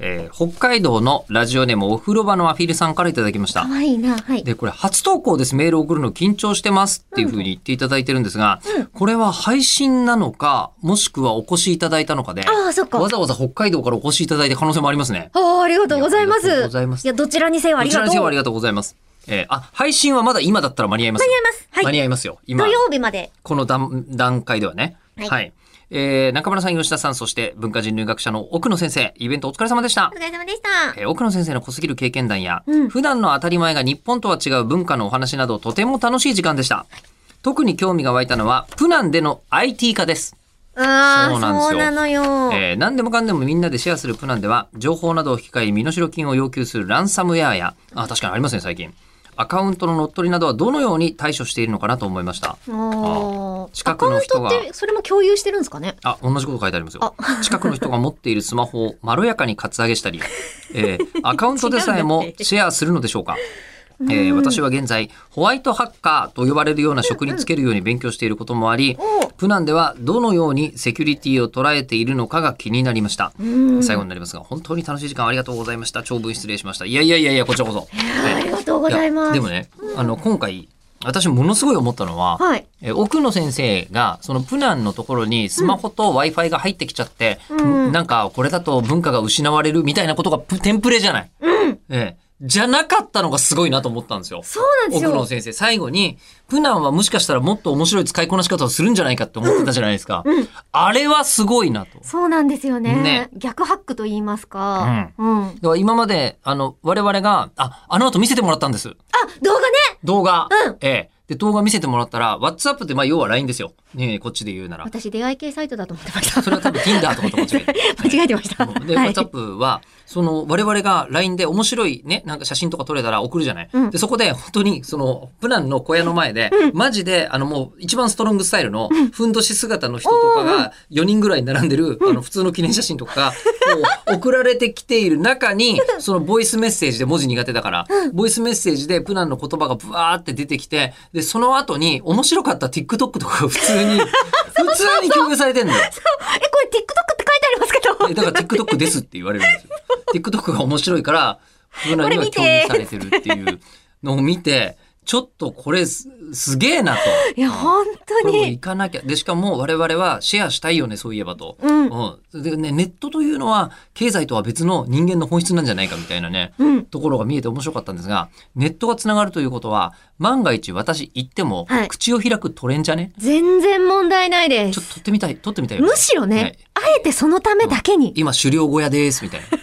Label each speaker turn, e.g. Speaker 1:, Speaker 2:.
Speaker 1: えー北海道のラジオネームお風呂場のアフィルさんからいただきました
Speaker 2: 可。愛いな。はい。
Speaker 1: で、これ初投稿です。メール送るの緊張してますっていうふうに言っていただいてるんですが、これは配信なのか、もしくはお越しいただいたのかで、
Speaker 2: ああ、そっか。
Speaker 1: わざわざ北海道からお越しいただいた可能性もありますね。
Speaker 2: ああ、ありがとうございま
Speaker 1: いやありがと
Speaker 2: す。
Speaker 1: うございます
Speaker 2: いや、どちらにせよあ
Speaker 1: こ
Speaker 2: り
Speaker 1: ち
Speaker 2: が
Speaker 1: ら
Speaker 2: とう。
Speaker 1: のせいはあり
Speaker 2: が
Speaker 1: がと
Speaker 2: と
Speaker 1: うございます。えーあ、配信はまだ今だったら間に合いますよ。
Speaker 2: うございます。はい。
Speaker 1: 間に合いますよ。今
Speaker 2: 土、曜日まで。
Speaker 1: この段段階ではね。は。
Speaker 2: はいい
Speaker 1: えー中村さん、吉田さん、そして文化人類学者の奥野先生、イベントお疲れ様でした
Speaker 2: お。疲れ様でした。
Speaker 1: えー奥野先生の濃すぎる経験談や、
Speaker 2: うん
Speaker 1: 普段の当たり前が日本とは違う文化のお話などとても楽しい時間でした。特に興味が湧いたのは、プナンでの IT 化です。
Speaker 2: あ
Speaker 1: そうなん
Speaker 2: あ、
Speaker 1: ですよ
Speaker 2: そうなのよ。
Speaker 1: えー何でもかんでもみんなでシェアするプランでは情報などを引き換えに身代金を要求するランサムウェアやあ確かにありますね最近アカウントの乗っ取りなどはどのように対処しているのかなと思いました
Speaker 2: おー
Speaker 1: 近くの人が
Speaker 2: アカウントってそれも共有してるんですかね
Speaker 1: あ同じこと書いてありますよ近くの人が持っているスマホを まろやかにカツアゲしたり、え ーアカウントでさえもシェアするのでしょうかえー私は現在ホワイトハッカーと呼ばれるような職に就けるように勉強していることもあり、
Speaker 2: お
Speaker 1: プナンではどのようにセキュリティを捉えているのかが気になりました、
Speaker 2: うん
Speaker 1: 最後になりますが本当に楽しい時間ありがとうございました長文失礼しましたいやいやいやいやこちらこそ
Speaker 2: ありがとうございます。
Speaker 1: でもね、あの今回私ものすごい思ったのは、
Speaker 2: はい。
Speaker 1: え奥野先生がそのプナンのところにスマホと w i f i が入ってきちゃって、
Speaker 2: うん
Speaker 1: なんかこれだと文化が失われるみたいなことがプテンプレじゃない、ええじゃなかったのがすごいなと思ったんですよ。
Speaker 2: そうなんです
Speaker 1: 奥野
Speaker 2: よ。
Speaker 1: 先生最後にプナンはもしかしたらもっと面白い使いこなし方をするんじゃないかって思ってたじゃないですか、
Speaker 2: うん
Speaker 1: あれはすごいなと。
Speaker 2: そうなんですよね。
Speaker 1: ね
Speaker 2: 逆ハックと言いますか。うん。
Speaker 1: だから今まで、あの、我々が、あ、あの後見せてもらったんです。
Speaker 2: あ、動画ね
Speaker 1: 動画。
Speaker 2: うん
Speaker 1: ええ。で、動画見せてもらったら、WhatsApp って、まあ、要は LINE ですよ。ねえ、こっちで言うなら。
Speaker 2: 私、出会い系サイトだと思ってました。
Speaker 1: それは多分 Tinder とかと間違えて。
Speaker 2: 間違えてました。
Speaker 1: で、
Speaker 2: はい
Speaker 1: WhatsApp は、その、我々が LINE で面白いね、なんか写真とか撮れたら送るじゃない。
Speaker 2: うん
Speaker 1: で、そこで、本当に、その、プランの小屋の前で、マジで、あの、もう、一番ストロングスタイルの、ふんどし姿の人とかが、4人ぐらい並んでる、あの、普通の記念写真とかが、こう送られてきている中に、その、ボイスメッセージで、文字苦手だから、ボイスメッセージで、プランの言葉がブワーって出てきて、で、その後に、面白かった TikTok とかが普通 に、普通に共有されてんのよ。
Speaker 2: え、これ TikTok って書いてありますけど。
Speaker 1: えだから TikTok ですって言われるんですよ。TikTok が面白いから、僕らには
Speaker 2: これ見て
Speaker 1: 共有されてるっていうのを見て、ちょっとこれすすげえなと。
Speaker 2: いや、本当
Speaker 1: これも
Speaker 2: に
Speaker 1: 行。かなきゃ。で、しかも我々はシェアしたいよね、そういえばと。
Speaker 2: うん。
Speaker 1: うん。でね、ネットというのは経済とは別の人間の本質なんじゃないかみたいなね。
Speaker 2: うん。
Speaker 1: ところが見えて面白かったんですが、ネットがつながるということは、万が一私行っても、
Speaker 2: はい
Speaker 1: 口を開くトレンじゃね
Speaker 2: 全然問題ないで
Speaker 1: ちょっ
Speaker 2: す。
Speaker 1: と撮ってみたい、撮ってみたいよね。
Speaker 2: むしろ
Speaker 1: はい
Speaker 2: ね、あえてそのためだけに。
Speaker 1: 今狩猟小屋ですみたいな。